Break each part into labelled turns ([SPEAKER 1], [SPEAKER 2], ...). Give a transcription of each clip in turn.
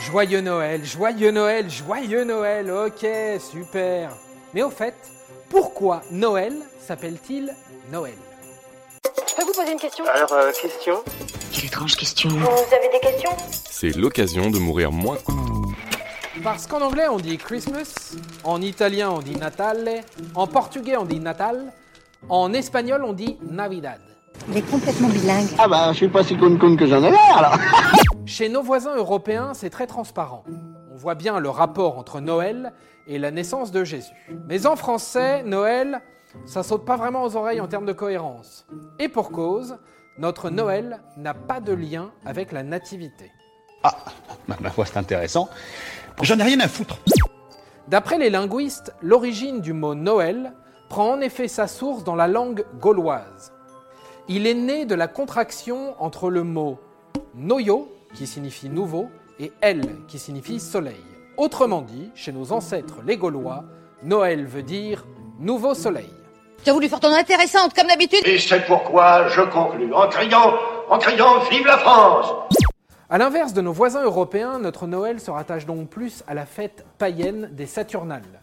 [SPEAKER 1] Joyeux Noël, joyeux Noël, joyeux Noël, ok, super. Mais au fait, pourquoi Noël s'appelle-t-il Noël
[SPEAKER 2] Je peux vous poser une question
[SPEAKER 3] Alors, euh, question
[SPEAKER 4] Quelle étrange question.
[SPEAKER 2] Vous avez des questions
[SPEAKER 5] C'est l'occasion de mourir moins.
[SPEAKER 1] Parce qu'en anglais on dit Christmas, en italien on dit Natale, en portugais on dit Natal, en espagnol on dit Navidad.
[SPEAKER 4] Il est complètement bilingue.
[SPEAKER 3] Ah bah, je suis pas si con-con que j'en ai l'air, là
[SPEAKER 1] Chez nos voisins européens, c'est très transparent. On voit bien le rapport entre Noël et la naissance de Jésus. Mais en français, Noël, ça saute pas vraiment aux oreilles en termes de cohérence. Et pour cause, notre Noël n'a pas de lien avec la nativité.
[SPEAKER 6] Ah, ma ma foi, c'est intéressant. J'en ai rien à foutre.
[SPEAKER 1] D'après les linguistes, l'origine du mot Noël prend en effet sa source dans la langue gauloise. Il est né de la contraction entre le mot noyo, qui signifie nouveau, et el, qui signifie soleil. Autrement dit, chez nos ancêtres les Gaulois, Noël veut dire nouveau soleil.
[SPEAKER 4] Tu as voulu faire ton intéressante, comme d'habitude
[SPEAKER 7] Et c'est pourquoi je conclus en criant, en criant Vive la France
[SPEAKER 1] À l'inverse de nos voisins européens, notre Noël se rattache donc plus à la fête païenne des Saturnales.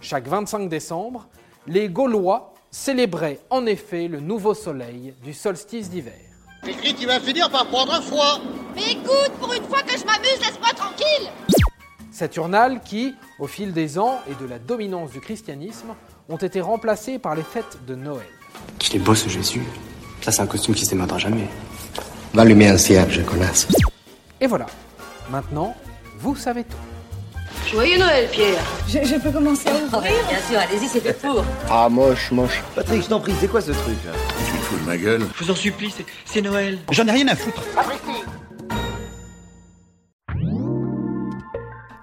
[SPEAKER 1] Chaque 25 décembre, les Gaulois célébraient en effet le nouveau soleil du solstice d'hiver.
[SPEAKER 8] Écrit qui va finir par prendre froid.
[SPEAKER 9] Mais écoute, pour une fois que je m'amuse, laisse-moi tranquille
[SPEAKER 1] Saturnales qui, au fil des ans et de la dominance du christianisme, ont été remplacées par les fêtes de Noël.
[SPEAKER 10] Qu'il est beau ce Jésus. Ça, c'est un costume qui s'émarra jamais.
[SPEAKER 11] Va allumer un cierge, connasse.
[SPEAKER 1] Et voilà, maintenant, vous savez tout.
[SPEAKER 9] Joyeux Noël, Pierre
[SPEAKER 12] Je, je peux commencer à ouvrir
[SPEAKER 4] Bien sûr, allez-y, c'est fait pour.
[SPEAKER 11] Ah, moche, moche.
[SPEAKER 13] Patrick, je t'en prie, c'est quoi ce truc là
[SPEAKER 7] Tu te fous de ma gueule
[SPEAKER 8] Je vous en supplie, c'est- c'est Noël.
[SPEAKER 6] J'en ai rien à foutre.